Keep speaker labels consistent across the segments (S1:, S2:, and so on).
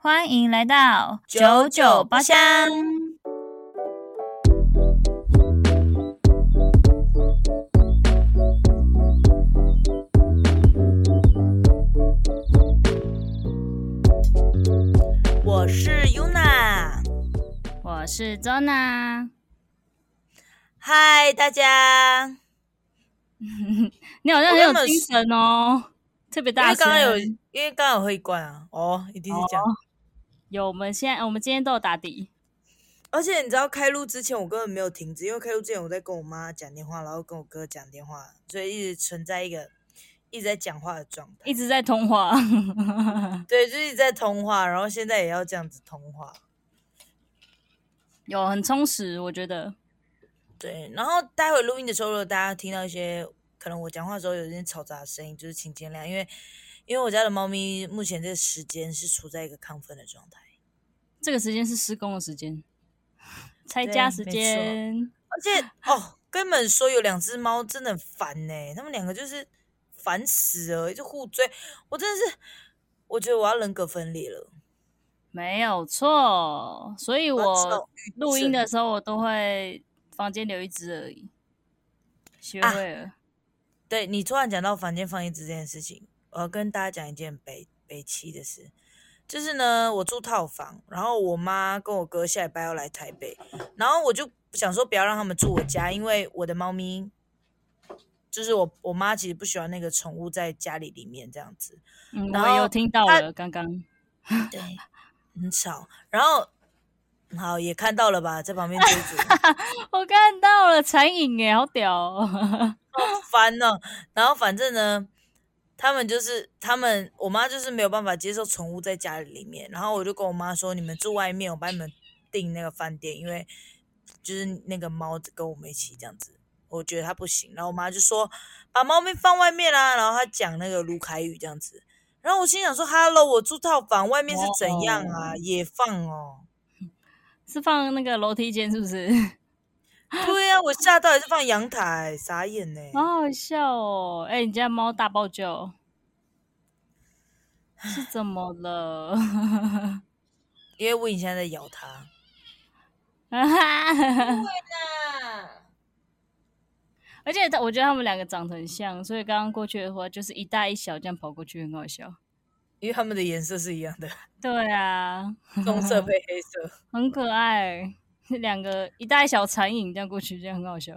S1: 欢迎来到九九包厢。
S2: 我是 Yuna，
S1: 我是 Zona，
S2: 嗨大家，
S1: 你好像
S2: 我
S1: 很
S2: 原
S1: 有
S2: 本
S1: 精
S2: 是
S1: 神哦，特别
S2: 因
S1: 大
S2: 为
S1: 声。
S2: 刚刚有，因为刚刚有会灌啊，哦，一定是这样。
S1: 有，我们现在我们今天都有打底，
S2: 而且你知道开录之前我根本没有停止，因为开录之前我在跟我妈讲电话，然后跟我哥讲电话，所以一直存在一个一直在讲话的状态。
S1: 一直在通话。
S2: 对，就是一直在通话，然后现在也要这样子通话。
S1: 有很充实，我觉得
S2: 对，然后待会录音的时候，如果大家听到一些可能我讲话的时候有一点嘈杂的声音，就是请见谅，因为因为我家的猫咪目前这个时间是处在一个亢奋的状态。
S1: 这个时间是施工的时间，拆家时间。
S2: 而且哦，跟你们说，有两只猫真的很烦呢、它们两个就是烦死了，就互追。我真的是，我觉得我要人格分裂了。
S1: 没有错，所以
S2: 我要躁
S1: 我
S2: 郁
S1: 录音
S2: 症
S1: 的时候，我都会房间留一只而已，学
S2: 啊
S1: 会了。
S2: 对你突然讲到房间放一只这件事情，我要跟大家讲一件北北七的事，就是呢，我住套房，然后我妈跟我哥下礼拜要来台北，然后我就想说不要让他们住我家，因为我的猫咪，就是我我妈其实不喜欢那个宠物在家里里面这样子，
S1: 嗯，
S2: 然
S1: 我也有
S2: 后
S1: 听到
S2: 它
S1: 了，刚刚
S2: 对，很吵。然后，好也看到了吧，在旁边追逐，
S1: 我看到了残影哎，好屌、哦！
S2: 好烦哦。然后反正呢，他们就是他们，我妈就是没有办法接受宠物在家里面。然后我就跟我妈说，你们住外面，我帮你们订那个饭店，因为就是那个猫跟我们一起这样子。我觉得它不行，然后我妈就说把猫咪放外面啦、然后她讲那个卢凯语这样子，然后我心想说，Hello，我住套房，外面是怎样啊？也放哦，
S1: 是放那个楼梯间是不是？
S2: 对呀、我吓到也是放阳台，傻眼呢、
S1: 好好笑哦！哎、你家猫大爆叫，是怎么了？
S2: 因为魏颖现在在咬它。
S1: 而且它我觉得他们两个长得很像，所以刚刚过去的话就是一大一小这样跑过去，很好笑。
S2: 因为它们的颜色是一样 的，
S1: 对啊，
S2: 棕色配黑色。
S1: 很可爱，两个一大一小残影这样过去，这样很好笑。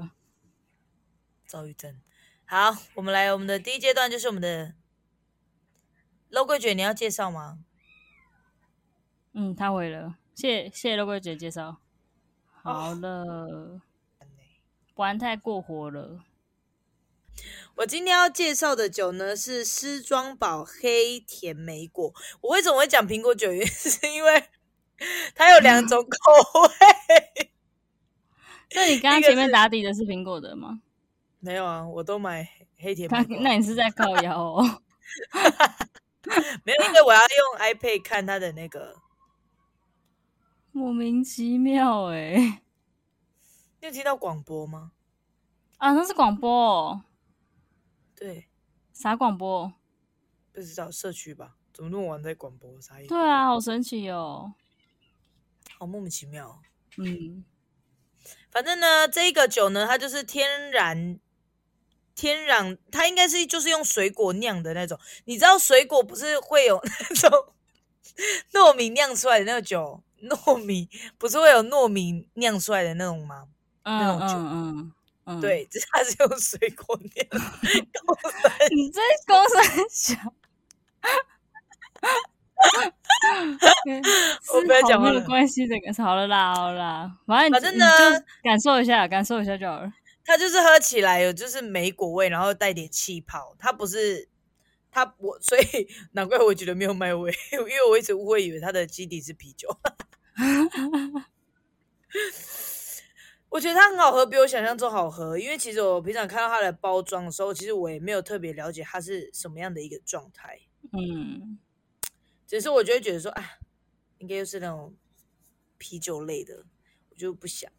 S2: 躁郁症。好，我们来我们的第一阶段，就是我们的 logo 卷，你要介绍吗？
S1: 嗯，他回了，谢谢谢肉桂姐介绍。
S2: 哦
S1: 好了，玩太过火了。
S2: 我今天要介绍的酒呢是施庄宝黑甜莓果。我为什么会讲苹果酒？ 原因是因为它有两种口味。
S1: 那你刚刚
S2: 一个
S1: 前面打底的是苹果的吗？
S2: 没有啊，我都买黑甜
S1: 他
S2: 莓果。
S1: 那你是在靠腰 哦。
S2: 没有，因为我要用 iPad 看它的那个。
S1: 莫名其妙哎、
S2: 你有听到广播吗？
S1: 啊，那是广播、哦，
S2: 对，
S1: 啥广播？
S2: 不知道社区吧？怎么那么晚在广播？啥意思
S1: 对？啊，好神奇哦。
S2: 好莫名其妙哦。
S1: 嗯，
S2: 反正呢，这个酒呢，它就是天然。天然，它应该是就是用水果酿的那种。你知道水果不是会有 那种糯米酿出来的那个酒，糯米不是会有糯米酿出来的那种吗？
S1: 嗯
S2: 种酒
S1: 嗯嗯嗯，，
S2: 对，这它是用水果酿的。搞 得
S1: 你这公司小。
S2: 我不要讲话
S1: 没有
S2: 了
S1: 关系的，好了啦，好了啦，反正
S2: 反
S1: 你
S2: 正
S1: 你
S2: 呢
S1: 就感受一下，感受一下就好了。
S2: 它就是喝起来有就是莓果味，然后带点气泡。它不是它我，所以 难怪我觉得没有麦味， 因为我一直误会以为它的基底是啤酒。 我觉得它很好喝，比我想象中好喝。因为其实我平常看到它的包装的时候，其实我也没有特别了解它是什么样的一个状态，
S1: 嗯，
S2: 只是我就会觉得说啊，应该又是那种啤酒类的，我就不想。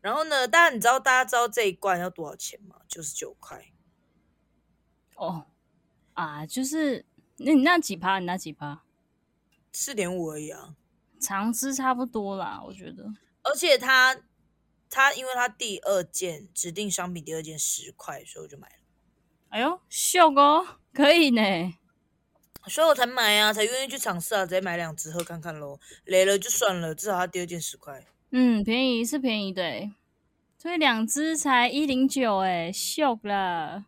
S2: 然后呢，大家你知道大家知道这一罐要多少钱吗？九十九块。
S1: 哦，啊，就是那你那几趴，你那几趴，
S2: 四点五而已啊。
S1: 长知差不多啦，我觉得。
S2: 而且他他因为他第二件指定商品第二件十块，所以我就买了，
S1: 哎呦，秀哥可以呢，
S2: 所以我才买啊，才愿意去尝试啊，直接买两只喝看看咯。雷了就算了，至少他第二件十块。
S1: 嗯，便宜是便宜的、欸，所以两只才一零九，哎，秀了。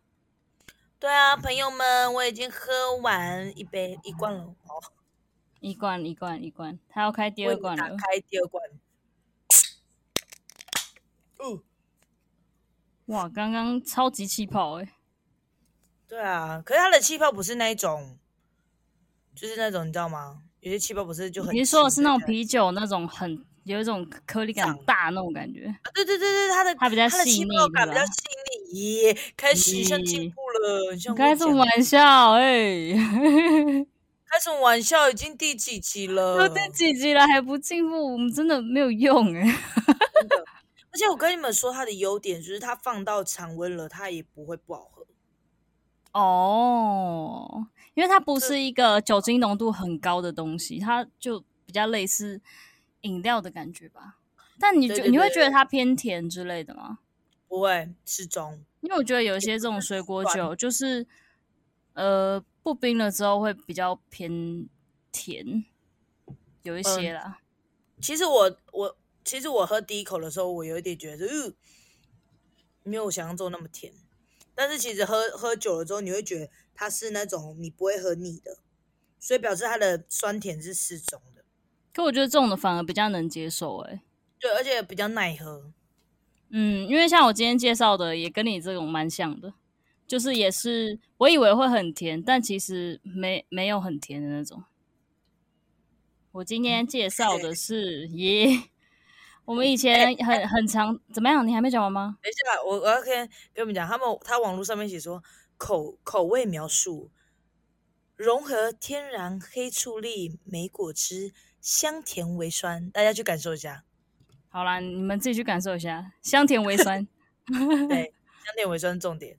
S2: 对啊，朋友们，我已经喝完一杯一罐了，好，
S1: 一罐一罐一罐，他要开第
S2: 我
S1: 二
S2: 已经
S1: 罐
S2: 打
S1: 了。
S2: 开第二罐。嗯，
S1: 哇，刚刚超级气泡哎、
S2: 对啊，可是它的气泡不是那一种，就是那种你知道吗？有些气泡不是就很
S1: 你是说的是那种
S2: 轻
S1: 啤酒那种很有一种颗粒感很
S2: 胀
S1: 大那种感觉？
S2: 啊对对对对，它的
S1: 它比较
S2: 的
S1: 细
S2: 气
S1: 腻
S2: 泡
S1: 对
S2: 感比较
S1: 吧
S2: 细腻，耶，开始像进
S1: 咦
S2: 步了，像
S1: 你
S2: 我
S1: 开什么
S2: 讲
S1: 玩笑哎、
S2: 开什么玩笑？已经第几集了？
S1: 都第几集了还不进步，我们真的没有用哎、
S2: 而且我跟你们说，它的优点就是它放到常温了，它也不会不好喝。
S1: 哦，因为它不
S2: 这
S1: 是一个酒精浓度很高的东西，它就比较类似饮料的感觉吧。但你
S2: 对
S1: 觉
S2: 对
S1: 你会
S2: 对
S1: 觉得它偏甜之类的吗？
S2: 不会适中，
S1: 因为我觉得有一些这种水果
S2: 酸
S1: 酒就是呃不冰了之后会比较偏甜，有一
S2: 嗯
S1: 些啦。
S2: 其实我我其实我喝第一口的时候，我有一点觉得，嗯，没有我想象中那么甜。但是其实喝喝久了之后，你会觉得它是那种你不会喝腻的，所以表示它的酸甜是适中的，
S1: 可我觉得这种的反而比较能接受诶、
S2: 对，而且比较耐喝。
S1: 嗯，因为像我今天介绍的，也跟你这种蛮像的，就是也是我以为会很甜，但其实没没有很甜的那种。我今天介绍的是耶，我们以前很很常怎么样？你还没讲完吗？
S2: 等一下，我我要跟跟你们讲，他们他网络上面写说口口味描述融合天然黑醋栗、莓果汁，香甜微酸，大家去感受一下。
S1: 好啦，你们自己去感受一下，香甜微酸。
S2: 对，香甜微酸重点。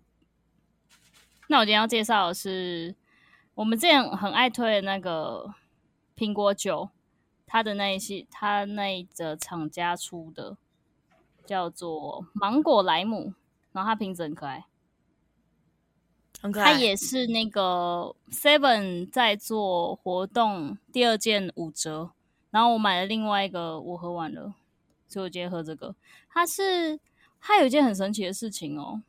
S1: 那我今天要介绍的是我们之前很爱推的那个苹果酒，它的那一系，它那一个厂家出的叫做芒果莱姆，然后它瓶子很可爱，
S2: 很可
S1: 它
S2: 爱。
S1: 也是那个 Seven 在做活动，第二件五折，然后我买了另外一个，我喝完了，所以我今天喝这个。它是它有一件很神奇的事情哦，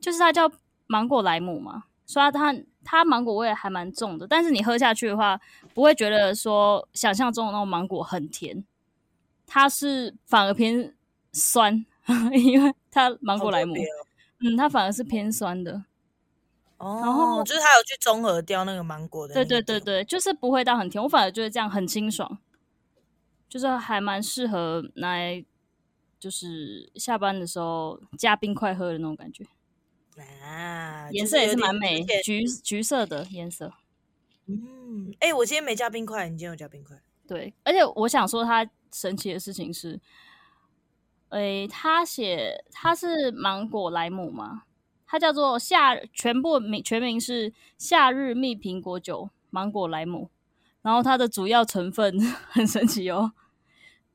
S1: 就是它叫芒果莱姆嘛，所以它它它芒果味还蛮重的，但是你喝下去的话，不会觉得说想象中的那种芒果很甜，它是反而偏酸， 因为它芒
S2: 好
S1: 果
S2: 特
S1: 莱姆
S2: 别，哦
S1: 嗯，它反而是偏酸的。然
S2: 哦
S1: 后，
S2: 就是它有去综合掉那个芒果的、
S1: 对对对，对，就是不会到很甜，我反而觉得这样很清爽，就是还蛮适合拿来，就是下班的时候加冰块喝的那种感觉。
S2: 啊，
S1: 颜
S2: 就
S1: 色也
S2: 有
S1: 是
S2: 点
S1: 蛮美
S2: 之前，
S1: 橘橘色的颜色。
S2: 嗯，哎、我今天没加冰块，你今天有加冰块？
S1: 对，而且我想说它神奇的事情是，诶、它写它是芒果莱姆嘛，它叫做夏全部名全名是夏日蜜苹果酒芒果莱姆，然后它的主要成分 很神奇哦，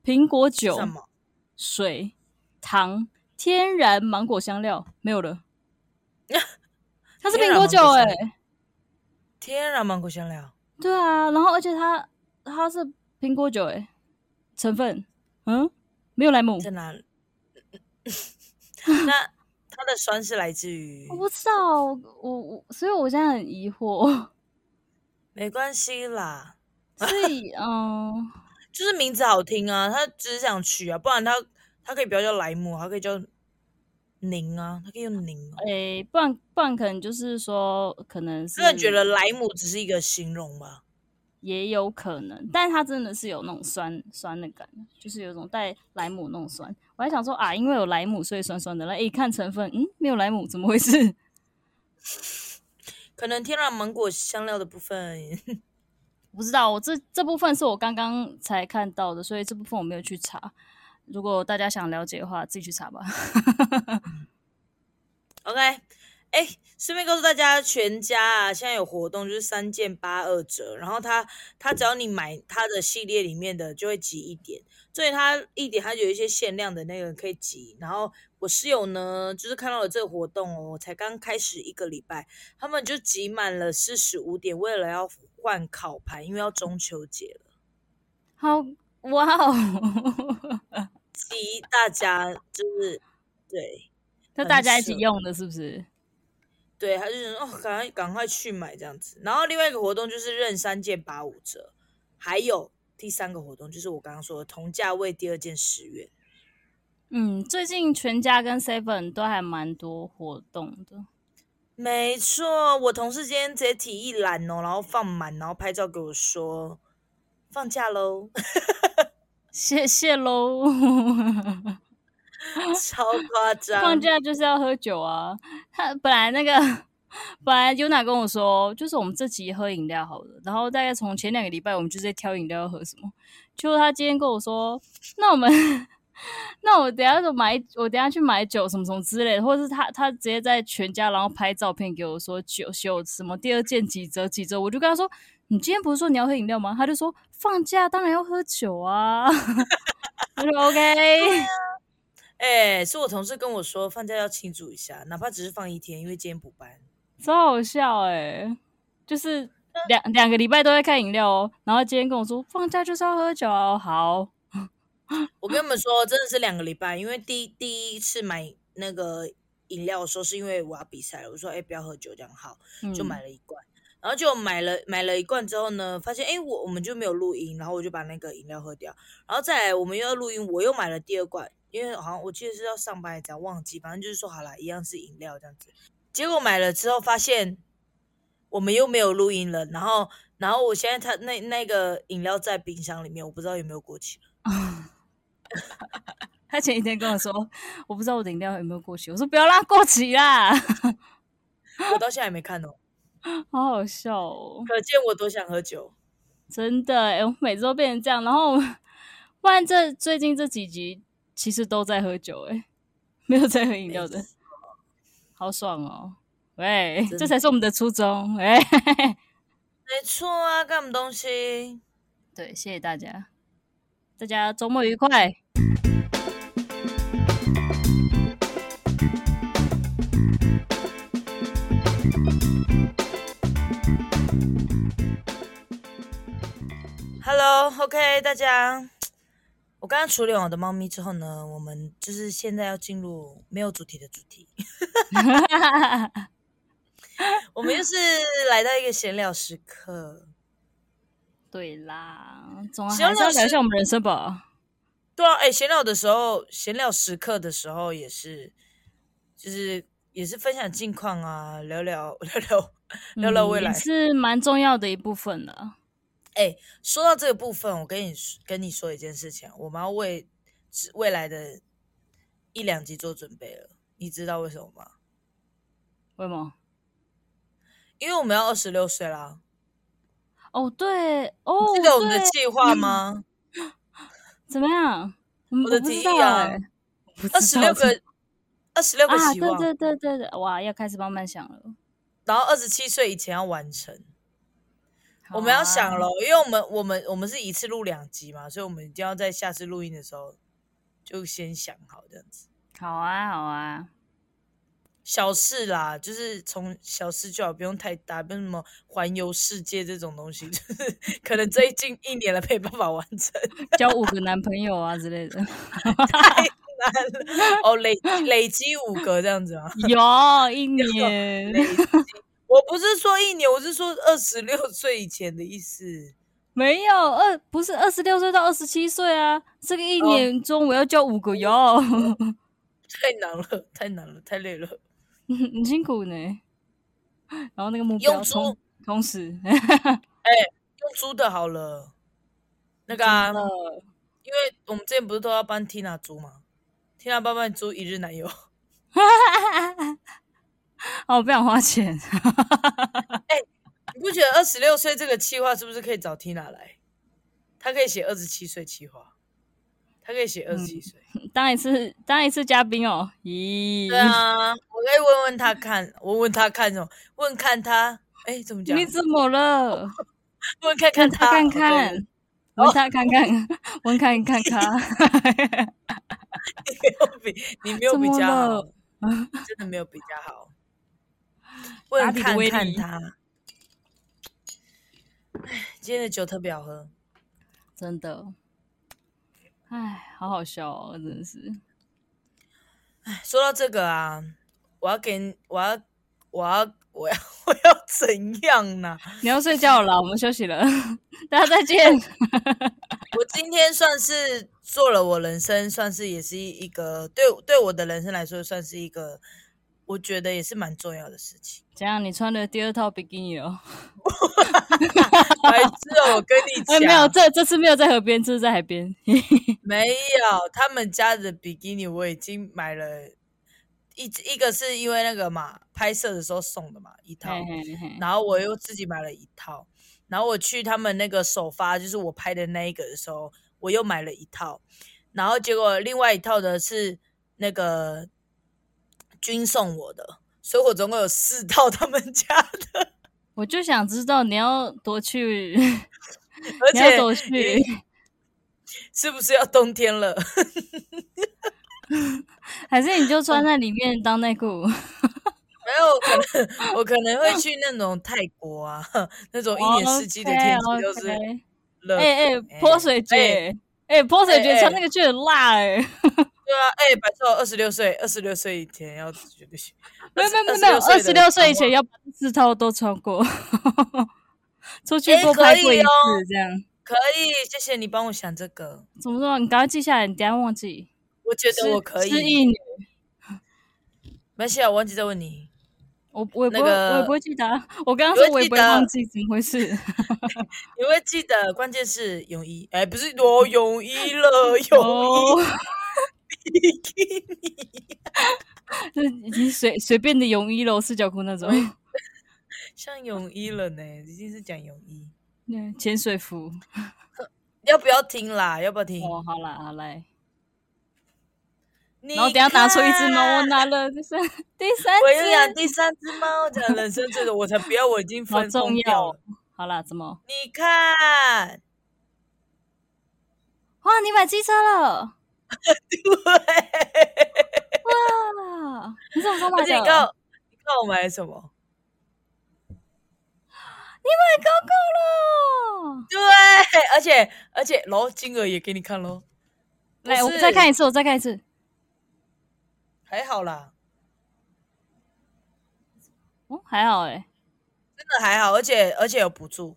S1: 苹果酒、
S2: 什么？
S1: 水、糖、天然芒果香料，没有 了。它是
S2: 天
S1: 苹
S2: 然
S1: 果
S2: 芒
S1: 酒
S2: 果
S1: 哎、
S2: 香天然芒果香料，
S1: 对啊，然后而且它它是苹果酒诶、欸成分，嗯，没有莱姆，
S2: 在哪里？ 那它的酸是来自于
S1: 我？不知道，我我所以我现在很疑惑，
S2: 没关系啦，
S1: 所以 嗯，
S2: 就是名字好听啊，他只是想取啊，不然他他可以不要叫莱姆，他可以叫宁啊，他可以用宁、啊。
S1: 诶、不然不然可能就是说，可能是
S2: 真的觉得莱姆只是一个形容吧？
S1: 也有可能，但是它真的是有那种酸酸的感觉，就是有一种带莱姆那种酸。我还想说啊，因为有莱姆所以酸酸的，来一看成分，嗯，没有莱姆，怎么回事？
S2: 可能天然芒果香料的部分
S1: 不知道，我这这部分是我刚刚才看到的，所以这部分我没有去查。如果大家想了解的话，自己去查吧。
S2: OK，哎、哎，顺便告诉大家，全家啊现在有活动，就是三件八二折。然后它它只要你买它的系列里面的，就会集一点。所以它一点它有一些限量的那个可以集。然后我室友呢，就是看到了这个活动哦，才刚开始一个礼拜，他们就集满了四十五点，为了要换烤盘，因为要中秋节了。
S1: 好哇哦！
S2: 集大家就是对
S1: 就大家一起用的，是不是？
S2: 对，他就想说哦，赶快赶快去买这样子。然后另外一个活动就是任三件八五折，还有第三个活动就是我刚刚说的同价位第二件十元。
S1: 嗯，最近全家跟 Seven 都还蛮多活动的。
S2: 没错，我同事今天直接提一篮哦，然后放满，然后拍照给我说放假喽，
S1: 谢谢喽，
S2: 超夸张。
S1: 放假就是要喝酒啊。他本来那个 本来 Yuna 跟我说，就是我们这集喝饮料好了，然后大概从前两个礼拜我们就在挑饮料要喝什么，结果他今天跟我说，那我们 那我等一下就买，我等一下去买酒什么什么之类的，或者是他他直接在全家然后拍照片给我说酒酒什么第二件几折几折，我就跟他说。你今天不是说你要喝饮料吗？他就说放假当然要喝酒啊。 我说 OK，
S2: 哎、是我同事跟我说放假要庆祝一下，哪怕只是放一天，因为今天补班。
S1: 超好笑哎、就是两两个礼拜都在看饮料哦，然后今天跟我说放假就是要喝酒哦，好，
S2: 我跟你们说，真的是两个礼拜，因为第一第一次买那个饮料的时候，是因为我要比赛了，我说哎、不要喝酒，这样好，
S1: 嗯
S2: 就买了一罐。然后就买了买了一罐之后呢，发现哎我我们就没有录音，然后我就把那个饮料喝掉，然后再来我们又要录音，我又买了第二罐，因为好像我记得是要上班还是怎样忘记，反正就是说好啦，一样是饮料这样子。结果买了之后发现我们又没有录音了，然后然后我现在它那那个饮料在冰箱里面，我不知道有没有过期。
S1: 他前一天跟我说，我不知道我的饮料有没有过期，我说不要啦，过期啦，
S2: 我到现在还没看哦，
S1: 好好笑哦，
S2: 可见我多想喝酒。
S1: 真的哎、我每次都变成这样，然后不然这最近这几集其实都在喝酒哎、 没有在喝饮料的，好爽哦，喂，
S2: 真的
S1: 这才是我们的初衷 哎，
S2: 没错啊，干什么东西？
S1: 对，谢谢大家，大家周末愉快。
S2: Hello，OK，、大家。我刚刚处理完我的猫咪之后呢，我们就是现在要进入没有主题的主题。 我们就是来到一个闲聊时刻。
S1: 对啦，总还是
S2: 行
S1: 要
S2: 了
S1: 聊一
S2: 是
S1: 下我们人生吧。
S2: 对啊，哎、闲聊的时候，闲聊时刻的时候也是，就是也是分享近况啊，聊聊 聊聊聊聊
S1: 嗯
S2: 未
S1: 也
S2: 来。
S1: 是蛮重要的一部分了。
S2: 哎、说到这个部分，我跟你说跟你说一件事情，我们要为未来的一两集做准备了。你知道为什么吗？
S1: 为什么？
S2: 因为我们要二十六岁啦。
S1: 哦，对，哦，
S2: 记得我们的
S1: 对
S2: 计划吗？
S1: 怎么样？我们
S2: 我的
S1: 不知
S2: 提议
S1: 道
S2: 啊
S1: 欸我不知道
S2: 二十六
S1: 怎么
S2: 个，二十六个
S1: 啊，
S2: 希望，
S1: 对对对对对，哇，要开始慢慢想了。
S2: 然后二十七岁以前要完成。
S1: 好
S2: 我们要
S1: 啊
S2: 想咯，因为我们我们我们是一次录两集嘛，所以我们一定要在下次录音的时候就先想好这样子。
S1: 好啊，好啊，
S2: 小事啦，就是从小事就好，不用太大，不用什么环游世界这种东西，就是 可能最近一年了没办法完成，
S1: 交五个男朋友啊之类 的，
S2: 太难了。哦，累累积五个这样子吗？
S1: 有一年
S2: 累积，我不是说一年，我是说二十六岁以前的意思。
S1: 没有二，不是二十六岁到二十七岁啊，这个一
S2: 哦
S1: 年中我要交五个哟，
S2: 太难了，太难了，太累了。
S1: 很辛苦呢。然后那个目标
S2: 用
S1: 同
S2: 猪
S1: 同时，
S2: 用租的好了，那个、啊，
S1: 呃
S2: 因为我们之前不是都要帮 Tina 租吗？Tina 帮帮你租一日男友。
S1: 哦，我不想花钱，
S2: 你不觉得二十六岁这个企划是不是可以找 Tina 来？她可以写二十七岁企划，
S1: 嗯
S2: 她可以写二十七岁。
S1: 当一次当一次嘉宾哦，咦，
S2: 对啊，我我可以问问他看，我问他看什么？问看他，哎，怎么讲
S1: 你？怎么了？
S2: 问看
S1: 看
S2: 看他，
S1: 他看
S2: 我哦
S1: 看闻他
S2: 中文，
S1: 看看，闻看看 他。
S2: 没有比你没有比较
S1: 怎么
S2: 好
S1: 了，
S2: 真的没有比较好。
S1: 打
S2: 问
S1: 底的
S2: 看
S1: 威
S2: 看
S1: 力
S2: 他。哎，今天的酒特别好喝，
S1: 真的，哎，好好笑哦，真的是。
S2: 说到这个啊，我要给你，我要，我要，我要，我要怎样呢、
S1: 你要睡觉了，我们休息了， 大家再见。
S2: 我今天算是做了我人生，算是也是一个对对我的人生来说，算是一个我觉得也是蛮重要的事 情。
S1: 怎样？你穿的第二套比基尼 哦？
S2: 白痴哦，我跟你
S1: 哎，
S2: 讲，
S1: 没有，这这次没有在河边，这次在海边。
S2: 没有，他们家的比基尼我已经买了一一个是因为那个嘛，拍摄的时候送的嘛一套，
S1: 嘿嘿嘿
S2: 然后我又自己买了一套，然后我去他们那个首发，就是我拍的那一个的时候，我又买了一套，然后结果另外一套呢是那个军送我的，所以我总共有四套他们家的，
S1: 我就想知道你要多 去，
S2: 而
S1: 你要
S2: 且
S1: 多去。
S2: 是不是要冬天了？
S1: 还是你就穿在里面当 内裤？
S2: 没有，我可能我可能会去那种泰国啊，那种一年四季的天气都是
S1: OK，OK
S2: 热的。
S1: 哦哎哎，泼水节，哎，泼水
S2: 哎
S1: 节
S2: 哎
S1: 穿那个就很辣哎。
S2: 对啊，哎、白瘦二十六岁，二十六岁以前要绝对去。
S1: 没有没有没有，二
S2: 26
S1: 十
S2: 岁的
S1: 六岁以前要把四套都穿过，出去
S2: 哎
S1: 过
S2: 可
S1: 拍过
S2: 以
S1: 一次
S2: 哦，
S1: 这样。
S2: 可以，谢谢你帮我想这个，
S1: 怎么说？你赶快记下来，你等一下忘记。
S2: 我觉得我可
S1: 失
S2: 以。
S1: 忆女，
S2: 没事啊，我忘记再问你。
S1: 我我也不会，
S2: 那个
S1: 我也不会记得啊。我刚刚
S2: 你会
S1: 说我也
S2: 记
S1: 不会
S2: 得
S1: 忘记，怎么回事？
S2: 你会记得，关键是泳衣，哎、不是我泳衣了，
S1: 哦
S2: 泳衣，
S1: 这已经随随便的泳衣了，四角裤那 种，
S2: 像泳衣了呢，一定是讲泳衣。
S1: 对潜水服。
S2: 要不要听啦？要不要听？
S1: 哦，好啦，好来，
S2: 你
S1: 然后等一下拿出一只猫，
S2: 看
S1: 我拿了，就是第三
S2: 我又养
S1: 只，
S2: 第三只猫，这样人生最的我才不要，我已经
S1: 好
S2: 分
S1: 重
S2: 疯掉
S1: 要
S2: 了
S1: 哦。。好啦，怎么？
S2: 你看，
S1: 哇，你买机车了？
S2: 对，
S1: 哇，啊你什么时候买
S2: 而
S1: 的？
S2: 且你看我，你看我买了什么？
S1: 太高高了。
S2: 对，而且而且，然后金额也给你看喽。不
S1: 哎来，我
S2: 是
S1: 再看一次，我再看一次。
S2: 还好啦，
S1: 哦，还好哎、
S2: 真的还好，而且而且有补助，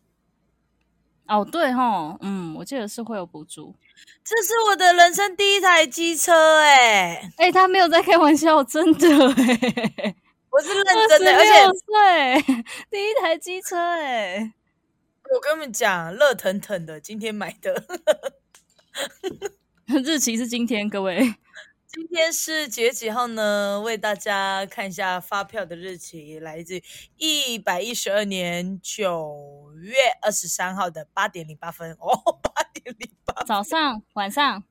S1: 哦，对哈，嗯，我记得是会有补助。
S2: 这是我的人生第一台机车哎、
S1: 哎、他没有在开玩笑，真的哎、
S2: 我是认
S1: 二
S2: 真
S1: 十
S2: 的，而且
S1: 六岁，第一台机车哎、
S2: 我跟你们讲，热腾腾的，今天买的，
S1: 日期是今天，各位。
S2: 今天是几月几号呢？为大家看一下发票的日期，来自一百一十二年九月二十三号的八点零八分哦， 八点零八
S1: 早上、晚上，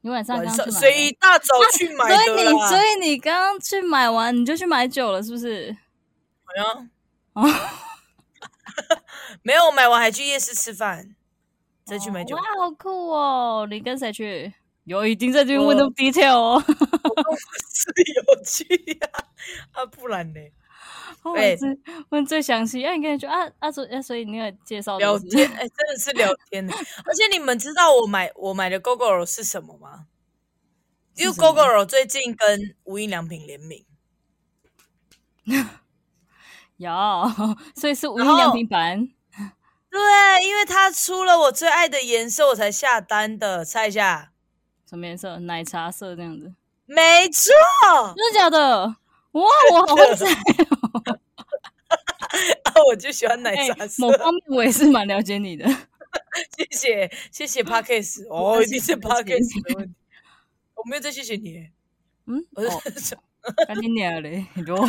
S1: 你晚上
S2: 晚
S1: 刚去
S2: 上，
S1: 买
S2: 所以一大早去买
S1: 完，所以
S2: 的
S1: 你所
S2: 啦。
S1: 以你刚刚去买完，你就去买酒了，是不是？
S2: 没有
S1: 哦，
S2: 没有，我买完还去夜市吃饭，再去买酒
S1: 哦哇。，好酷哦！你跟谁去？有，已经在这边问
S2: 我
S1: 那么 detail 哦。
S2: 是有去呀、啊，不然呢？
S1: 哦
S2: 哎
S1: 我最问最详细，哎、你跟你说啊啊，所以、啊、所以你有介绍
S2: 聊
S1: 的是
S2: 天，哎、真的是聊天呢。 而且你们知道我买我买的 GoGoRo 是什么吗？因为
S1: 是什么
S2: GoGoRo 最近跟无印良品联名，
S1: 有，所以是无印
S2: 然后
S1: 良品版。
S2: 对，因为它出了我最爱的颜色，我才下单的。猜一下，
S1: 什么颜色？奶茶色这样子，
S2: 没 错，哦
S1: 真的假的？哇，我 好会猜哦！
S2: 啊，我就喜欢奶
S1: 哎、
S2: 茶色。
S1: 某方面我也是蛮了解你的。
S2: 谢谢谢 谢 Parkes，
S1: 我
S2: 哦，一定
S1: 谢谢
S2: 是 Parkes 的问题。我没有在谢谢你，
S1: 嗯，
S2: 我是、
S1: 哦， 赶紧点嘞，哟，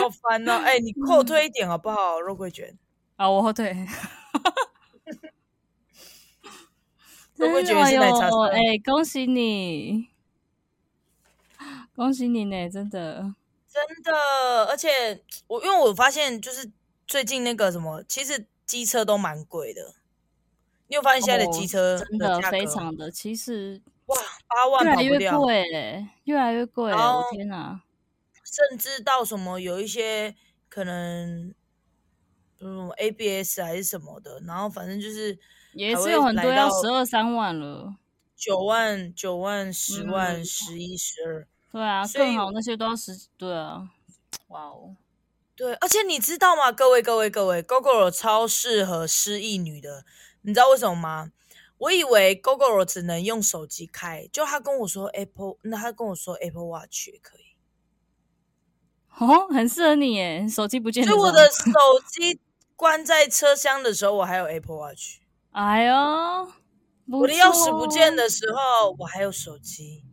S2: 好烦哦。哎、你后退一点好不好，肉桂卷？
S1: 啊，我后退。
S2: 我会觉得是奶茶色
S1: 哎哎、恭喜你！恭喜你呢，真的。
S2: 真的，而且我因为我发现就是最近那个什么，其实机车都蛮贵的。你有发现现在的机车
S1: 哦真
S2: 的
S1: 的
S2: 价格
S1: 非常的，其实
S2: 哇，八万
S1: 越来
S2: 跑不
S1: 越
S2: 掉，哦
S1: 贵嘞，越来越贵嘞，
S2: 然
S1: 我
S2: 后
S1: 天哪！
S2: 甚至到什么有一些可能嗯 ABS 还是什么的，然后反正就是
S1: 也
S2: 还
S1: 是
S2: 会
S1: 有很多
S2: 来
S1: 要
S2: 到
S1: 十二三万了，
S2: 九万、九万、十万、
S1: 嗯
S2: 十一、十二。
S1: 对啊，
S2: 所
S1: 更
S2: 以
S1: 好那些都要十，对啊，哇哦，
S2: 对，而且你知道吗？各位各位各位，Gogoro 超适合失忆女的，你知道为什么吗？我以为 Gogoro 只能用手机开，就他跟我说 Apple，那他跟我说 Apple Watch 也可以，
S1: 哦，很适合你耶，手机不见
S2: 所以
S1: 时
S2: 我
S1: 候
S2: 的手机关在车厢的时候，我还有 Apple Watch；
S1: 哎呦，哦
S2: 我
S1: 我
S2: 的钥匙不哦见的时候，我还有手机。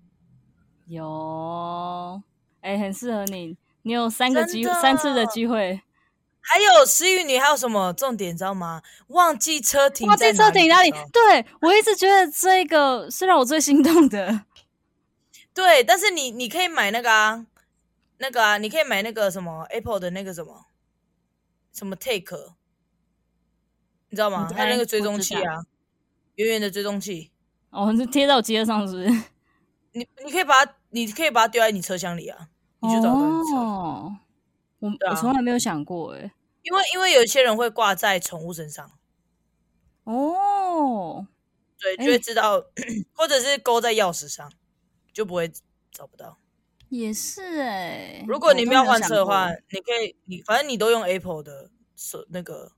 S1: 有，哎、很适合你，你有三个
S2: 真
S1: 机
S2: 的
S1: 三次的机会，
S2: 还有失忆女还有什么重点，你知道吗？忘记车停
S1: 哇，
S2: 在
S1: 这车停哪
S2: 里
S1: 里
S2: 的时候？
S1: 对我一直觉得这个是让我最心动的，
S2: 对，但是你你可以买那个啊，那个啊，你可以买那个什么 Apple 的那个什么什么 Take，你知道吗？
S1: 应
S2: 它有那
S1: 该
S2: 个追
S1: 不
S2: 踪
S1: 嗯哎知
S2: 器
S1: 道
S2: 啊，远远的追踪器，
S1: 哦，是贴到我机车上是不是？
S2: 你你可以把它，你可以把它丢在你车厢里啊，你就找到你车。
S1: 哦，我、
S2: 对啊
S1: 我从来没有想过哎、
S2: 因为因为有些人会挂在宠物身上，
S1: 哦，
S2: 对，就
S1: 哎
S2: 会知道， 或者是勾在钥匙上，就不会找不到。
S1: 也是哎、
S2: 如果
S1: 我
S2: 你
S1: 都
S2: 们
S1: 没
S2: 要
S1: 有
S2: 换
S1: 想
S2: 车的话
S1: 过，
S2: 你可以，你反正你都用 Apple 的手那个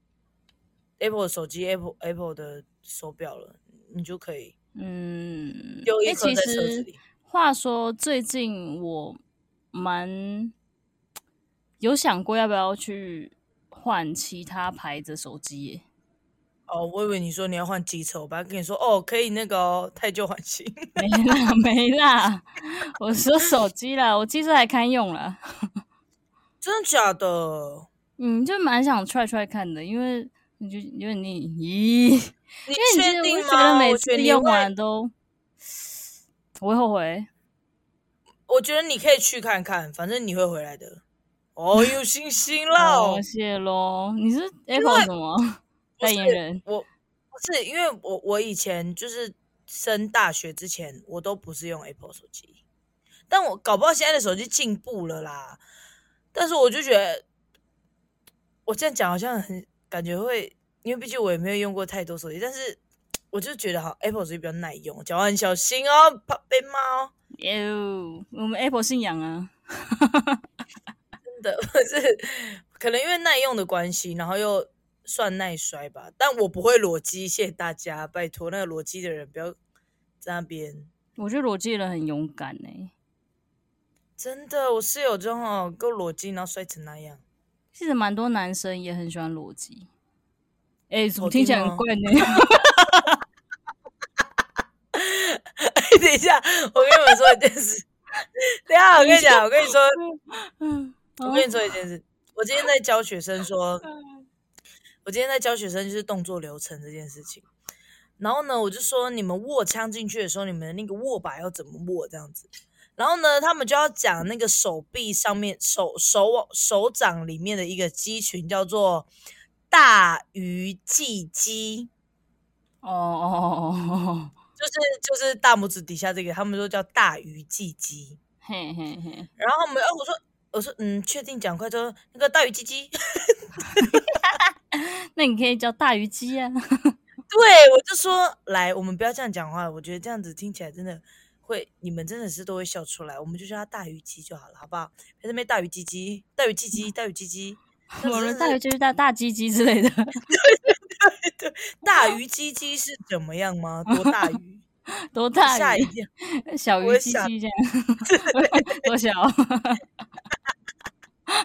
S2: Apple 的手机、Apple Apple 的手表了，你就可以
S1: 嗯，
S2: 丢一
S1: 哎
S2: 颗
S1: 其
S2: 在车子
S1: 实
S2: 里。
S1: 话说，最近我蛮有想过要不要去换其他牌子的手机耶。
S2: 哦，我以为你说你要换机车，我本来跟你说哦，可以那个哦，太旧换新。
S1: 没啦，没啦，我说手机啦，我机车还堪用啦。
S2: 真的假的？
S1: 嗯，就蛮想 try try 看的，因为你就有点腻。咦，因
S2: 你
S1: 为你
S2: 确定
S1: 就我就觉得
S2: 吗？
S1: 每
S2: 我觉
S1: 次
S2: 得你
S1: 用
S2: 会，
S1: 完都，我会后悔。
S2: 我觉得你可以去看看，反正你会回来的。 哦，有信心啦！
S1: 哦，谢喽。你是 Apple 什么
S2: 不
S1: 代
S2: 是
S1: 言人？
S2: 我不是因为我我以前就是升大学之前，我都不是用 Apple 手机，但我搞不好现在的手机进步了啦。但是我就觉得，我这样讲好像很感觉会，因为毕竟我也没有用过太多手机，但是我就觉得好 Apple 手机比较耐用，讲话很小心哦，怕被骂哦。
S1: 哟，我们 Apple 信仰啊。
S2: 真 的，不是可能因为耐用的关系，然后又算耐摔吧。但我不会裸机，谢谢大家，拜托那个裸机的人不要在那边。
S1: 我觉得裸机的人很勇敢欸呢、
S2: 真的，我室友就哦够裸机，然后摔成那样。
S1: 其实蛮多男生也很喜欢裸机。哎、怎么
S2: 好
S1: 听起来
S2: 听
S1: 很
S2: 吗
S1: 怪呢？
S2: 哎，等一下，我跟你们说一件事。 等一下，我跟你讲，我跟你说，
S1: 嗯，
S2: 我跟你说一件事。我今天在教学生说，我今天在教学生就是动作流程这件事情。然后呢，我就说你们握枪进去的时候，你们的那个握把要怎么握这样子。然后呢，他们就要讲那个手臂上面手手往手掌里面的一个肌群叫做大鱼际肌，
S1: 哦哦哦哦哦，
S2: 就是就是大拇指底下这个，他们说叫大鱼际肌。
S1: 嘿嘿嘿，
S2: 然后我们，哦，我说我说嗯，确定讲快之后，那个大鱼鸡鸡，
S1: 那你可以叫大鱼鸡啊。
S2: 对我就说来，我们不要这样讲话，我觉得这样子听起来真的会，你们真的是都会笑出来，我们就叫它大鱼鸡就好了，好不好？别这边大鱼鸡鸡，大鱼鸡鸡，大鱼鸡鸡，这样
S1: 我
S2: 子
S1: 们
S2: 真
S1: 大鱼
S2: 的是
S1: 就是大大鸡鸡之类的。
S2: 大鱼鸡鸡是怎么样吗？多大鱼？
S1: 多 大
S2: 吓
S1: 鱼
S2: 一？跳，
S1: 小
S2: 我
S1: 鱼
S2: 也
S1: 鸡
S2: 吓
S1: 鸡这样，多小？啊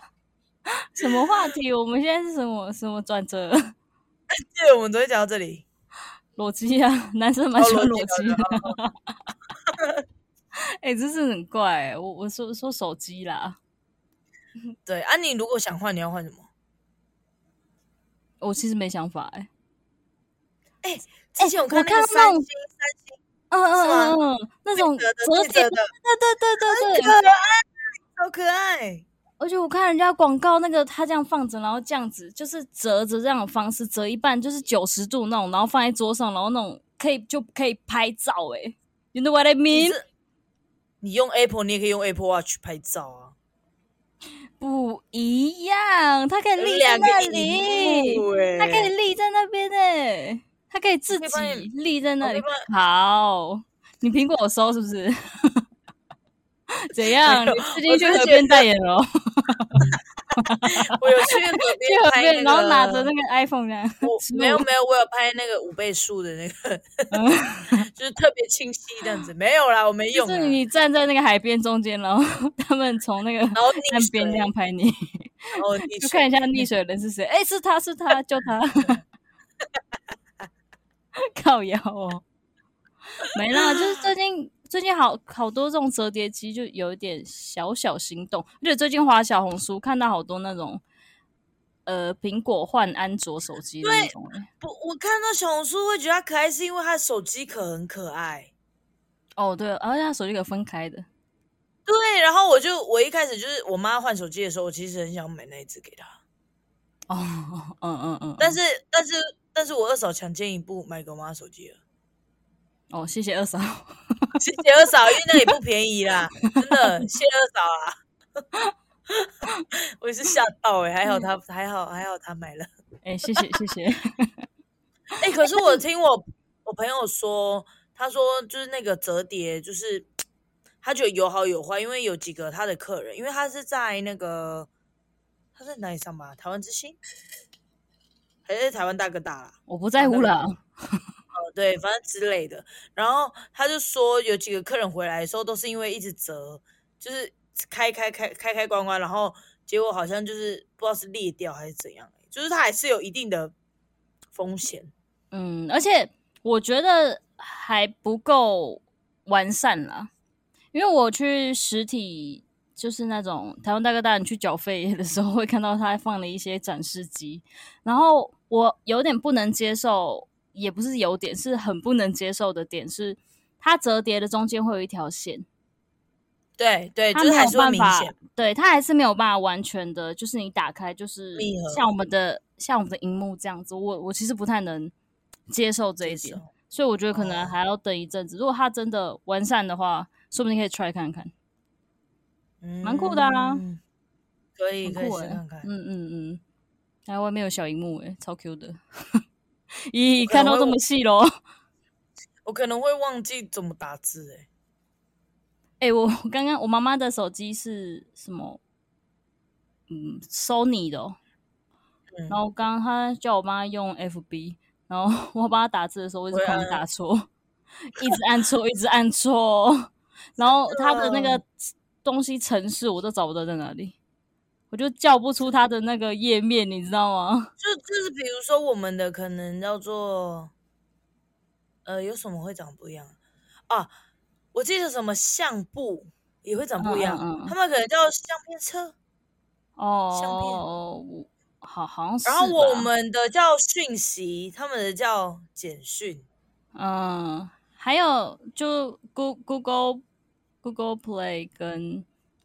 S1: 什么话题？我们现在是什么什么转折？
S2: 对，我们昨天讲到这里，
S1: 裸机啊，男生蛮
S2: 哦
S1: 喜欢
S2: 裸
S1: 裸
S2: 机
S1: 机的。哎、真是很怪、欸我我说说手机啦，
S2: 对啊，你如果想换，你要换什么？
S1: 我其实没想法哎、
S2: 之前
S1: 我
S2: 看那
S1: 看哎
S2: 个
S1: 到那
S2: 三
S1: 种
S2: 星，三星
S1: 嗯
S2: 是吗
S1: 嗯嗯嗯，那种
S2: 记得的，
S1: 折
S2: 记
S1: 叠，
S2: 得啊
S1: 对
S2: 的，
S1: 对对对
S2: 可
S1: 对。
S2: 爱，好可爱。
S1: 而且我看人家广告那个，他这样放着，然后这样子就是折着这样的方式折一半，就是九十度那种，然后放在桌上，然后那种可以就可以拍照、欸，哎，You know what I
S2: 你
S1: mean？
S2: 是你用 Apple，你也可以用 Apple Watch 拍照啊。
S1: 不一样，它可以立在
S2: 两个
S1: 那
S2: 荧
S1: 里，
S2: 幕欸
S1: 它可以立在那边诶、它可以自
S2: 可以
S1: 己
S2: 帮你
S1: 立在那
S2: 我可
S1: 里
S2: 以帮。
S1: 好，你苹果有收是不是？ 怎样？
S2: 没
S1: 你
S2: 有
S1: 最近去
S2: 我就
S1: 河
S2: 觉
S1: 边
S2: 得
S1: 代言了哦，
S2: 我有去 河
S1: 去
S2: 边
S1: 河
S2: 拍
S1: 边，然
S2: 那
S1: 后
S2: 个，
S1: 拿着那个 iPhone 这样。
S2: 我
S1: 食
S2: 没有
S1: 物
S2: 没有，我有拍那个五倍数的那个，就是特别清晰这样子。没有啦，我没
S1: 嗯就
S2: 用啊。
S1: 是你站在那个海边中间，然后 他们从那个
S2: 然后
S1: 岸
S2: 溺水，
S1: 边这样
S2: 然
S1: 拍你，
S2: 后溺
S1: 就
S2: 水，
S1: 看一下溺水的人是谁。哎、是他是他，就他， 靠腰哦，没啦，就是最近最近好好多这种折叠机，就有一点小小心动。而且最近滑小红书看到好多那种。呃，苹果换安卓手机的那
S2: 对
S1: 种欸、
S2: 不，我看到小红书会觉得它可爱，是因为它的手机壳很可爱。
S1: 哦，对，而且它手机可以分开的，
S2: 对，然后我就我一开始就是我妈换手机的时候，我其实很想买那一只给她，
S1: 哦，嗯嗯嗯，
S2: 但
S1: 嗯
S2: 是但是但是我二嫂强奸一部买给我妈手机了，
S1: 哦，谢谢二嫂，
S2: 谢谢二嫂，因为那也不便宜啦，真的谢谢二嫂啊。 我也是吓到哎、欸，还好她还好还好她买了。
S1: 哎、谢谢谢谢，
S2: 哎、可是我听我我朋友说，他说就是那个折叠，就是他觉得有好有坏，因为有几个他的客人，因为他是在那个他在哪里上班啊？台湾之星还是台湾大哥大啦？
S1: 我不在乎了。
S2: 哦，对，反正之类的。然后他就说，有几个客人回来的时候都是因为一直折，就是开开开开开关关，然后结果好像就是不知道是裂掉还是怎样、欸就是它还是有一定的风险。
S1: 嗯，而且我觉得还不够完善啦，因为我去实体，就是那种台湾大哥大，你去缴费的时候会看到他放了一些展示机，然后我有点不能接受，也不是有点，是很不能接受的点是，它折叠的中间会有一条线，
S2: 对对，
S1: 它
S2: 就是
S1: 没
S2: 还
S1: 有
S2: 是会
S1: 办
S2: 明
S1: 法
S2: 显。，
S1: 对它还是没有办法完全的，就是你打开就是
S2: 密合
S1: 像我们的像我们的荧幕这样子，我我其实不太能接受这一
S2: 接
S1: 点
S2: 受，
S1: 所以我觉得可能
S2: 哦
S1: 还要等一阵子。如果它真的完善的话，说不定可以 try 看看。蛮酷的啊
S2: 嗯可以
S1: 很
S2: 可以
S1: 酷
S2: 试
S1: 欸
S2: 看看。
S1: 嗯嗯嗯，哎，外面有小荧幕哎、超 Q 的。 咦，
S2: 我可
S1: 看到
S2: 能会
S1: 这么细咯。
S2: 我可能会忘记怎么打字哎、
S1: 哎、我我刚刚我妈妈的手机是什么？嗯，Sony 的、哦，
S2: 嗯
S1: 然后刚刚他叫我妈用 FB，然后 我帮她打字的时候，我一直
S2: 会
S1: 狂
S2: 按
S1: 打错，一直按错，一直按错。然后他的那个东西程式我都找不到在哪里，我就叫不出他的那个页面，你知道吗？
S2: 就就是比如说我们的可能叫做，呃，有什么会长不一样啊？我记得什么相簿也会长不一样，
S1: 嗯嗯嗯
S2: 他们可能叫相片册，
S1: 哦，我好好像是吧。
S2: 然后我们的叫讯息，他们的叫简讯。
S1: 嗯，还有就 Go Google Google Play 跟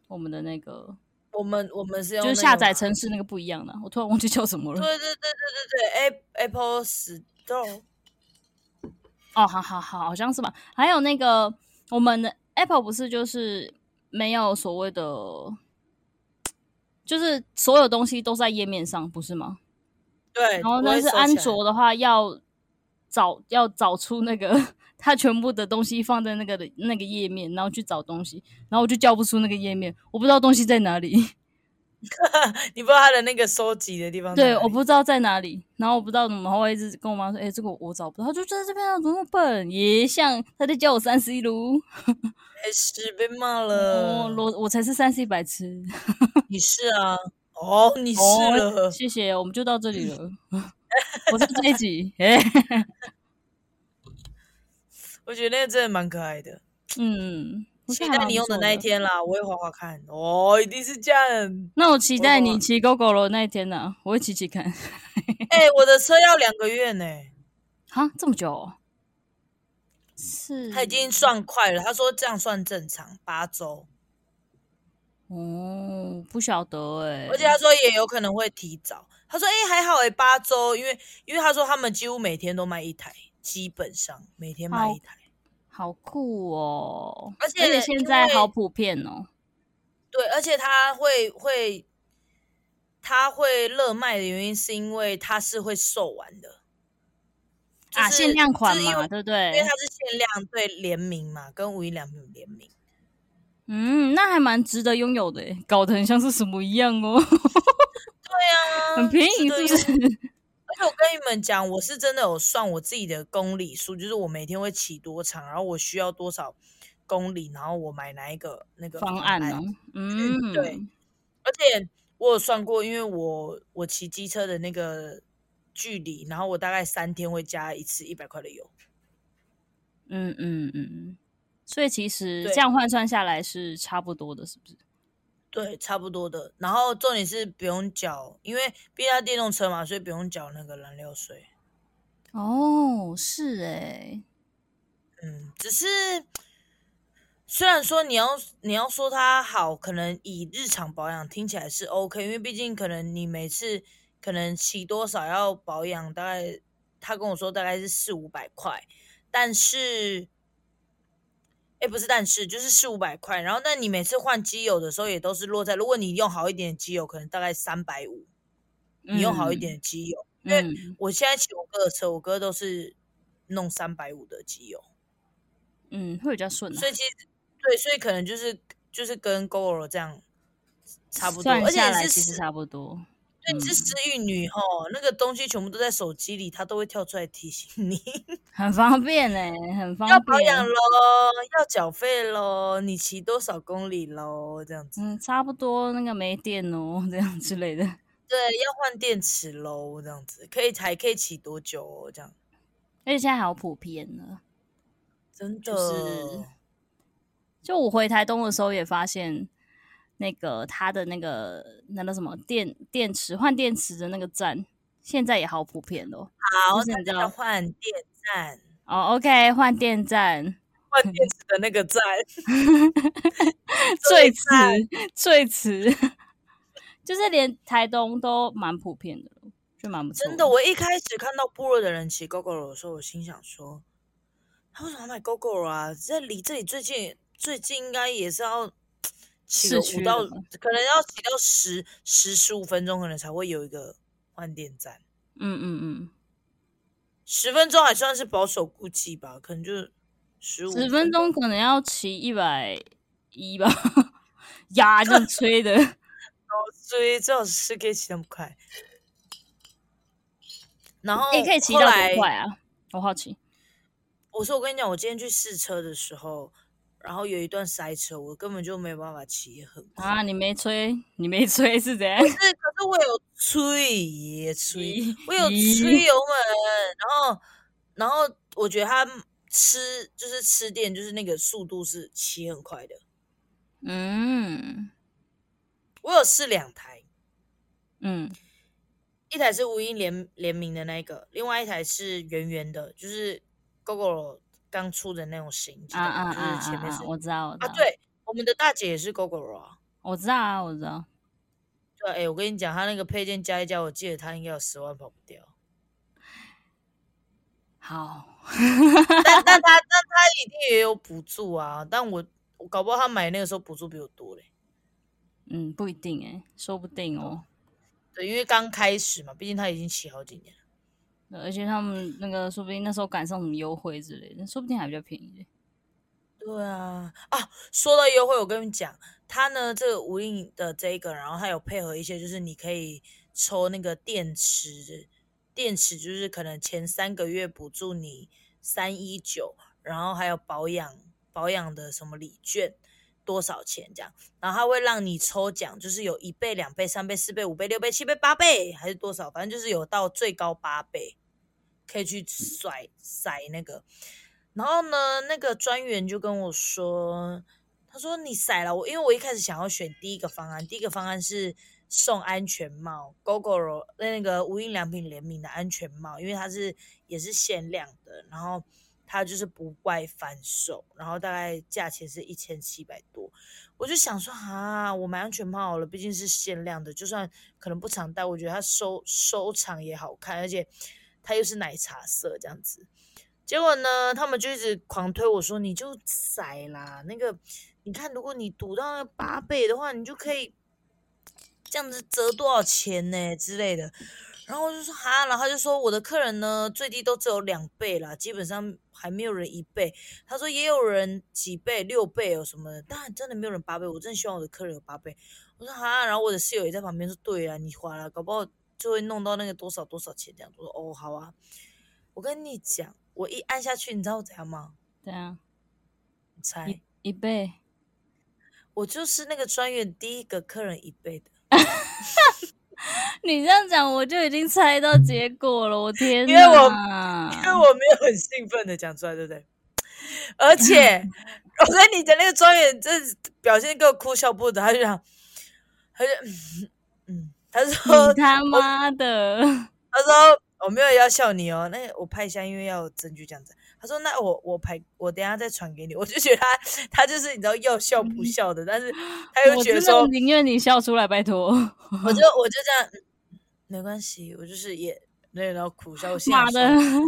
S1: 我们的那个
S2: 我们我们是用、
S1: 就是下载，程式那个不一样的，我突然忘记叫什么
S2: 对
S1: 了。
S2: 对对对对对，A Apple Store，
S1: 哦，好好好，好像是吧？还有那个我们的 Apple 不是就是没有所谓的，就是所有东西都在页面上，不是吗？
S2: 对，
S1: 然后
S2: 不
S1: 但
S2: 会
S1: 是
S2: 收起来
S1: 安卓的话，要找要找出那个它全部的东西放在那个的那个页面，然后去找东西，然后我就叫不出那个页面，我不知道东西在哪里，
S2: 你不知道他的那个收集的地方在哪
S1: 对，
S2: 里。
S1: 我不知道在哪里，然后我不知道怎么，然后我一直跟我妈说，哎、这个我找不到，她就在这边啊，怎么那么笨？也像她在叫我三 C 炉。
S2: 开始哎被骂
S1: 哦，
S2: 了。
S1: 我我才是三 C 白痴。
S2: 你是啊，哦，你是了。
S1: 谢谢，我们就到这里 了。我是这一集，哎、
S2: 我觉得那个真的蛮可爱的。
S1: 嗯，我觉
S2: 期
S1: 得还
S2: 待
S1: 蛮
S2: 你
S1: 不
S2: 用的
S1: 错
S2: 那一。天啦，我会滑滑看。哦，一定是这样。
S1: 那我期待
S2: 我
S1: 你骑狗狗的那一天呢、我会骑骑看。
S2: 哎、我的车要两个月呢。
S1: 哈，这么久、哦？是，
S2: 他已经算快了，他说这样算正常，八周，
S1: 哦，不晓得哎、
S2: 而且他说也有可能会提早。他说：“哎、还好哎、八周，因为因为他说他们几乎每天都卖一台，基本上每天卖一台。
S1: 好酷哦，
S2: 而且
S1: 现
S2: 因
S1: 在
S2: 为
S1: 好普遍哦，
S2: 对，而且他会会他会热卖的原因是因为它是会售完的，就
S1: 啊，
S2: 是
S1: 限量款
S2: 就是因
S1: 嘛，
S2: 为
S1: 对不
S2: 因
S1: 对
S2: 为它？是限量对联名嘛，跟无印良品联名。
S1: 嗯，那还蛮值得拥有的欸，搞得很像是什么一样哦，
S2: 对啊，
S1: 很便宜
S2: 的
S1: 是不
S2: 因为
S1: 是？
S2: 而且我跟你们讲，我是真的有算我自己的公里数，就是我每天会骑多长，然后我需要多少公里，然后我买哪一个那个
S1: 方
S2: 案
S1: 案哦，嗯，
S2: 对，而且我有算过，因为我我骑机车的那个距离，然后我大概三天会加一次一百块的油。
S1: 嗯嗯嗯嗯，所以其实
S2: 对
S1: 这样换算下来是差不多的，是不是？
S2: 对，差不多的。然后重点是不用缴，因为毕竟它电动车嘛，所以不用缴那个燃料税。
S1: 哦，是哎、
S2: 嗯，只是虽然说你要你要说它好，可能以日常保养听起来是 OK，因为毕竟可能你每次可能骑多少要保养，大概他跟我说大概是四五百块，但是。哎，不是，但是就是四五百块，然后那你每次换机油的时候也都是落在，如果你用好一点的机油，可能大概三百五，你用好一点的机油，因为
S1: 嗯，
S2: 我现在骑我哥的车，我哥都是弄三百五的机油，
S1: 嗯嗯，会比较顺、啊，
S2: 所以其实对，所以可能就是就是跟 g o r o 这样差不多，
S1: 算
S2: 而且
S1: 下
S2: 你
S1: 来
S2: 是
S1: 其实
S2: 失
S1: 差嗯不多。
S2: 对，你是失忆女吼，那个东西全部都在手机里，它都会跳出来提醒你
S1: 很方便哎、很方
S2: 要保
S1: 便。
S2: 养喽，要缴费喽，你骑多少公里喽，这样子，
S1: 嗯，差不多那个没电哦，这样之类的。
S2: 对，要换电池喽，这样子，可以还可以骑多久哦，这样，
S1: 而且现在好普遍了。
S2: 真的，
S1: 就是就我回台东的时候也发现，那个它的那个那叫什么电电池换电池的那个站，现在也好普遍哦。
S2: 好，
S1: 就是
S2: 那
S1: 你知
S2: 就
S1: 道
S2: 叫换电站，
S1: 哦，OK，换电站
S2: 换电池的那个站，
S1: 最迟
S2: 站
S1: 最迟， 就是连台东都蛮普遍的了，就蛮不错。
S2: 真的，，我一开始看到部落的人骑 GoGo 的时候，我心想说，他为什么要买 GoGo 啊？这离这里最近最近应该也是要骑个
S1: 市区
S2: 五到，
S1: 了吧
S2: 可能要骑到十十十五分钟，可能才会有一个换电站。
S1: 嗯嗯嗯。
S2: 十分钟还算是保守估计吧，可能就十五
S1: 十分钟可能要骑一百一吧， 呀，这样吹 的，
S2: 所以最好是可以骑那么快。然后
S1: 也、可以骑到
S2: 后来
S1: 多快啊？我好 奇，
S2: 我说我跟你讲，我今天去试车的时候，然后有一段塞车，我根本就没有办法骑很快。
S1: 啊，你没吹，你没吹是怎样？
S2: 是，可是我有吹也吹
S1: 咦，
S2: 我有吹
S1: 咦
S2: 油门，然后然后我觉得他吃就是吃电，就是那个速度是骑很快的。
S1: 嗯
S2: 我有试两台，
S1: 嗯
S2: 一台是无印联联名的那一个，另外一台是圆圆的，就是 GoGo 刚出的那种型，
S1: 啊啊啊
S2: 就是前
S1: 啊
S2: 面是
S1: 啊！我知道，我知
S2: 啊，
S1: 道，
S2: 对，我们的大姐也是 GoGo 啊。
S1: 我知道啊，我知道，
S2: 对，哎、我跟你讲，他那个配件加一加，我记得他应该有十万跑不掉。
S1: 好，
S2: 但但他但他一定也有补助啊，但我我搞不好他买那个时候补助比我多嘞。
S1: 嗯，不一定诶、说不定哦。
S2: 对，因为刚开始嘛，毕竟他已经骑好几年了。
S1: 对而且他们那个说不定那时候赶上什么优惠之类的，说不定还比较便宜。
S2: 对啊，啊，说到优惠，我跟你讲，他呢这个无印的这一个，然后他有配合一些，就是你可以抽那个电池，电池就是可能前三个月补助你三一九，然后还有保养保养的什么礼券多少钱这样，然后他会让你抽奖，就是有一倍、两倍、三倍、四倍、五倍、六倍、七倍、八倍还是多少，反正就是有到最高八倍，可以去甩甩那个。然后呢，那个专员就跟我说，他说你甩了我，因为我一开始想要选第一个方案，第一个方案是送安全帽，GoGo 那个无印良品联名的安全帽，因为它是也是限量的，然后。它就是不外反手，然后大概价钱是一千七百多。我就想说啊，我买安全帽好了，毕竟是限量的，就算可能不常戴，我觉得它收收藏也好看，而且它又是奶茶色这样子。结果呢，他们就一直狂推我说，你就宰啦，那个你看，如果你赌到那八倍的话，你就可以这样子折多少钱呢之类的。然后我就说哈，然后他就说我的客人呢最低都只有两倍啦，基本上还没有人一倍。他说也有人几倍、六倍哦什么的，但真的没有人八倍。我真的希望我的客人有八倍。我说哈，然后我的室友也在旁边说对啦，你花了，搞不好就会弄到那个多少多少钱这样。我说哦好啊，我跟你讲，我一按下去，你知道我怎样吗？
S1: 怎样？
S2: 你猜
S1: 一，啊一倍？
S2: 我就是那个专员第一个客人一倍的。
S1: 你这样讲，我就已经猜到结果了。我天哪！
S2: 因为我因
S1: 啊
S2: 为 我没有很兴奋的讲出来，对不对？而且我跟你讲，那个专员真是表现给我哭笑不得，他就想，他就嗯嗯，他说
S1: 你他妈的！
S2: 他说我没有要笑你哦，那我拍一下，因为要有证据这样子。他说那我我拍我等一下再传给你，我就觉得他他就是你知道要笑不笑的，但是他又
S1: 嗯我
S2: 觉得
S1: 真
S2: 说
S1: 的宁愿你笑出来，拜托。
S2: 我就我就这样，嗯没关系，我就是也对，然后 苦笑，我心
S1: 妈
S2: 想
S1: 的，
S2: 说
S1: 我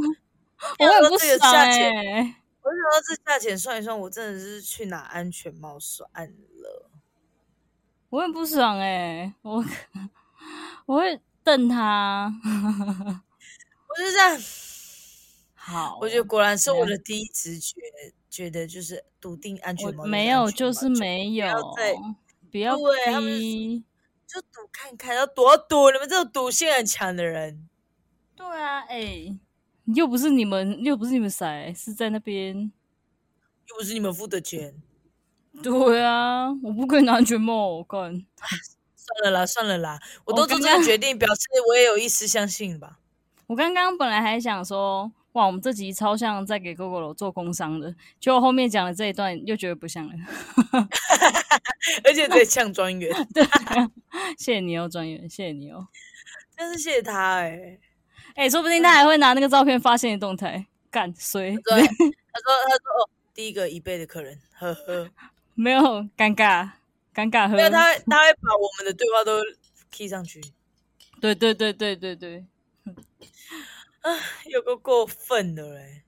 S2: 说
S1: 很不
S2: 这个
S1: 爽
S2: 价
S1: 哎、
S2: 钱我想到这价钱算一算，我真的是去拿安全帽算了。
S1: 我很不爽哎、我我会瞪他。
S2: 我就这样，
S1: 哦好，
S2: 我觉得果然是
S1: 了
S2: 我的第一直觉，觉得就是笃定安全帽
S1: 我没有，就
S2: 就
S1: 是是
S2: 安全帽
S1: 没有
S2: 要再，
S1: 不要
S2: 对他们
S1: 逼。
S2: 就赌看看，要多赌。你们这种赌性很强的人，
S1: 对啊，哎、又不是你们，又不是你们塞，是在那边。
S2: 又不是你们付的钱。
S1: 对啊，我不可以拿安全帽，我干。
S2: 算了啦，算了啦，我
S1: 我
S2: 都做
S1: 刚
S2: 这
S1: 刚
S2: 个决定，表示我也有一丝相信吧。
S1: 我刚刚本来还想说，哇，我们这集超像在给 GoGo 做工商的，结果后面讲的这一段又觉得不像了。
S2: 而且在呛专员，
S1: 谢谢你哦，专员，谢谢你哦。
S2: 但是谢谢他哎、
S1: 哎、说不定他还会拿那个照片发现你动态，干衰，
S2: 对，他说他说哦，第一个一倍的客人，呵呵。
S1: 没有尴尬，尴尬呵
S2: 没。有，他会他会把我们的对话都 key 上去，
S1: 对对对对对对，
S2: 有个过分的嘞、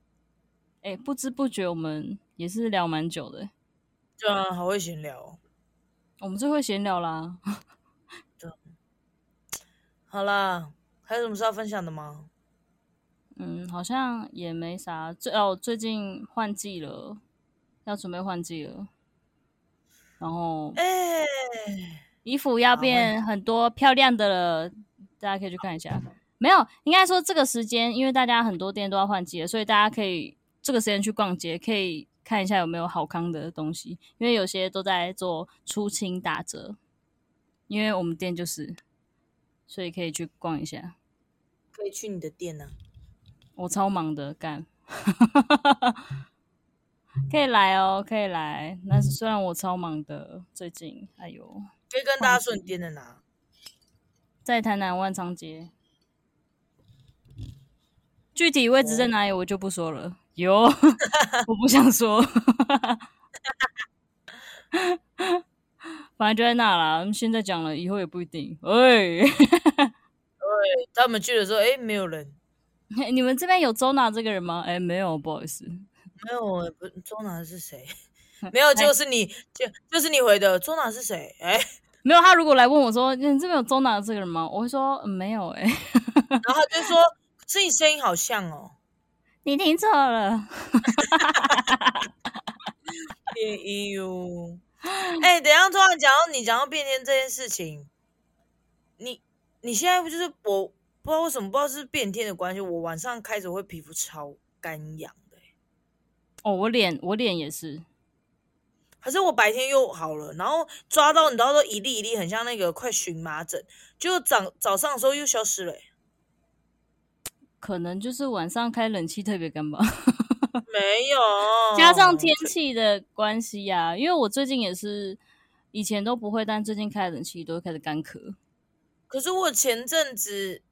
S1: 哎、不知不觉我们也是聊蛮久的、
S2: 对啊，好会闲聊、哦。
S1: 我们最会闲聊啦。
S2: 好啦，还有什么事要分享的吗？
S1: 嗯，好像也没啥。最哦，最近换季了，要准备换季了，然后
S2: 哎、
S1: 衣服要变很多漂亮的了，大家可以去看一下。没有，应该说这个时间，因为大家很多店都要换季了，所以大家可以这个时间去逛街，可以看一下有没有好康的东西，因为有些都在做出清打折，因为我们店就是，所以可以去逛一下。
S2: 可以去你的店啊呢、
S1: 我超忙的，干， 可以来哦，可以来。但是虽然我超忙的，最近，哎呦，
S2: 可以跟大家说你店在哪。
S1: 在台南万昌街，具体位置在哪里我就不说了。有， 我不想说， 反正就在那啦。现在讲了，以后也不一定。哎、
S2: 对，他们去的时候，哎、没有人，
S1: 哎你们这边有周娜这个人吗？哎、没有，不好意思。
S2: 没有、哎不，周娜是谁？ 没
S1: 哎
S2: 有，就是你，就就是你回的。周娜是谁？哎、
S1: 没有，他如果来问我说：“你这边有周娜这个人吗？”我会说：“嗯没有、欸，哎，
S2: 然后他就说，可是你声音好像哦。
S1: 你听错了。
S2: 变衣哟。哎、等一下，突然讲到你讲到变天这件事情，你你现在不就是我不知道为什么，不知道是变天的关系，我晚上开始会皮肤超干痒的欸、”
S1: 哦，我脸，我脸也是，
S2: 可是我白天又好了，然后抓到你知道都一粒一粒，很像那个快荨麻疹，就早早上的时候又消失了欸、
S1: 可能就是晚上开冷气特别干吧，
S2: 没有，
S1: 加
S2: 嗯
S1: 上天气的关系呀、因为我最近也是，以前都不会，但最近开冷气都会开始干咳。
S2: 可是我前阵子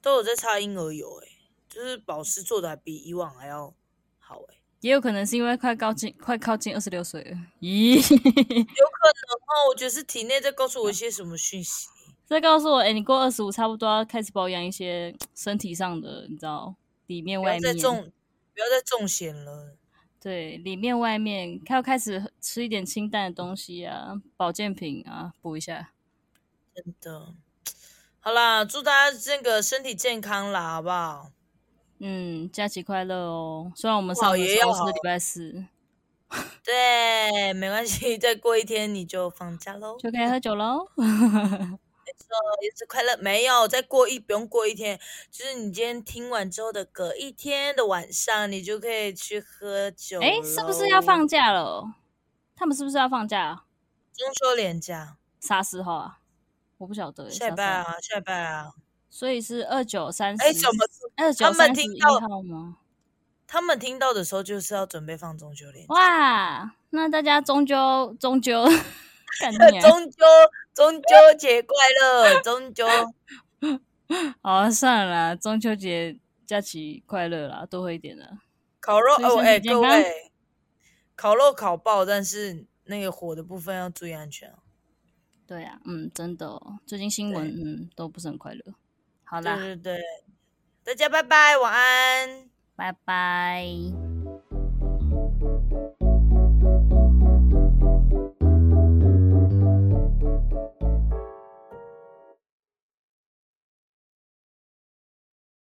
S2: 都有在擦婴儿油、欸，哎，就是保湿做的还比以往还要好、欸，哎，
S1: 也有可能是因为快靠近快靠近二十六岁了。咦，
S2: 哦，我觉得是体内在告诉我一些什么讯息。
S1: 这告诉我，哎、你过二十五差不多要开始保养一些身体上的，你知道，里面
S2: 不
S1: 外
S2: 要再
S1: 面，
S2: 中，不要再中险了。
S1: 对，里面外面，还要开始吃一点清淡的东西啊，保健品啊，补一下。
S2: 真的。好啦，祝大家这个身体健康啦，好不好？
S1: 嗯，假期快乐哦！虽然我们
S2: 哇
S1: 上的
S2: 也
S1: 时候
S2: 要
S1: 是
S2: 好
S1: 礼拜四，
S2: 对，没关系，再过一天你就放假喽。
S1: 就可以喝酒喽。
S2: 也是快乐，没有再过一不用过一天，就是你今天听完之后的隔一天的晚上，你就可以去喝酒。
S1: 哎、是不是要放？假了？他们是不是要放假、啊？
S2: 中秋连假，
S1: 啥时候啊？我不晓得、欸。
S2: 下礼
S1: 啥
S2: 拜
S1: 时候？
S2: 啊，下礼拜啊。
S1: 所以是二九三十
S2: 哎，怎么？
S1: 二九
S2: 他们
S1: 三十
S2: 听
S1: 一
S2: 到
S1: 号吗？
S2: 他们听到的时候就是要准备放中秋连假。
S1: 哇，那大家中秋中秋， 感
S2: 呃
S1: 觉
S2: 中秋中
S1: 啊
S2: 秋节快乐，中 秋
S1: 好、啊、算了啦，中秋节假期快乐啦，多喝一点啦。
S2: 烤肉
S1: 所以
S2: 哦，
S1: 身
S2: 哎、
S1: 体健
S2: 各
S1: 康
S2: 位，烤肉烤爆，但是那个火的部分要注意安全哦。
S1: 对啊，嗯，真的、哦，最近新闻嗯都不是很快乐。好啦，
S2: 对对对，大家拜拜，晚安。
S1: 拜拜。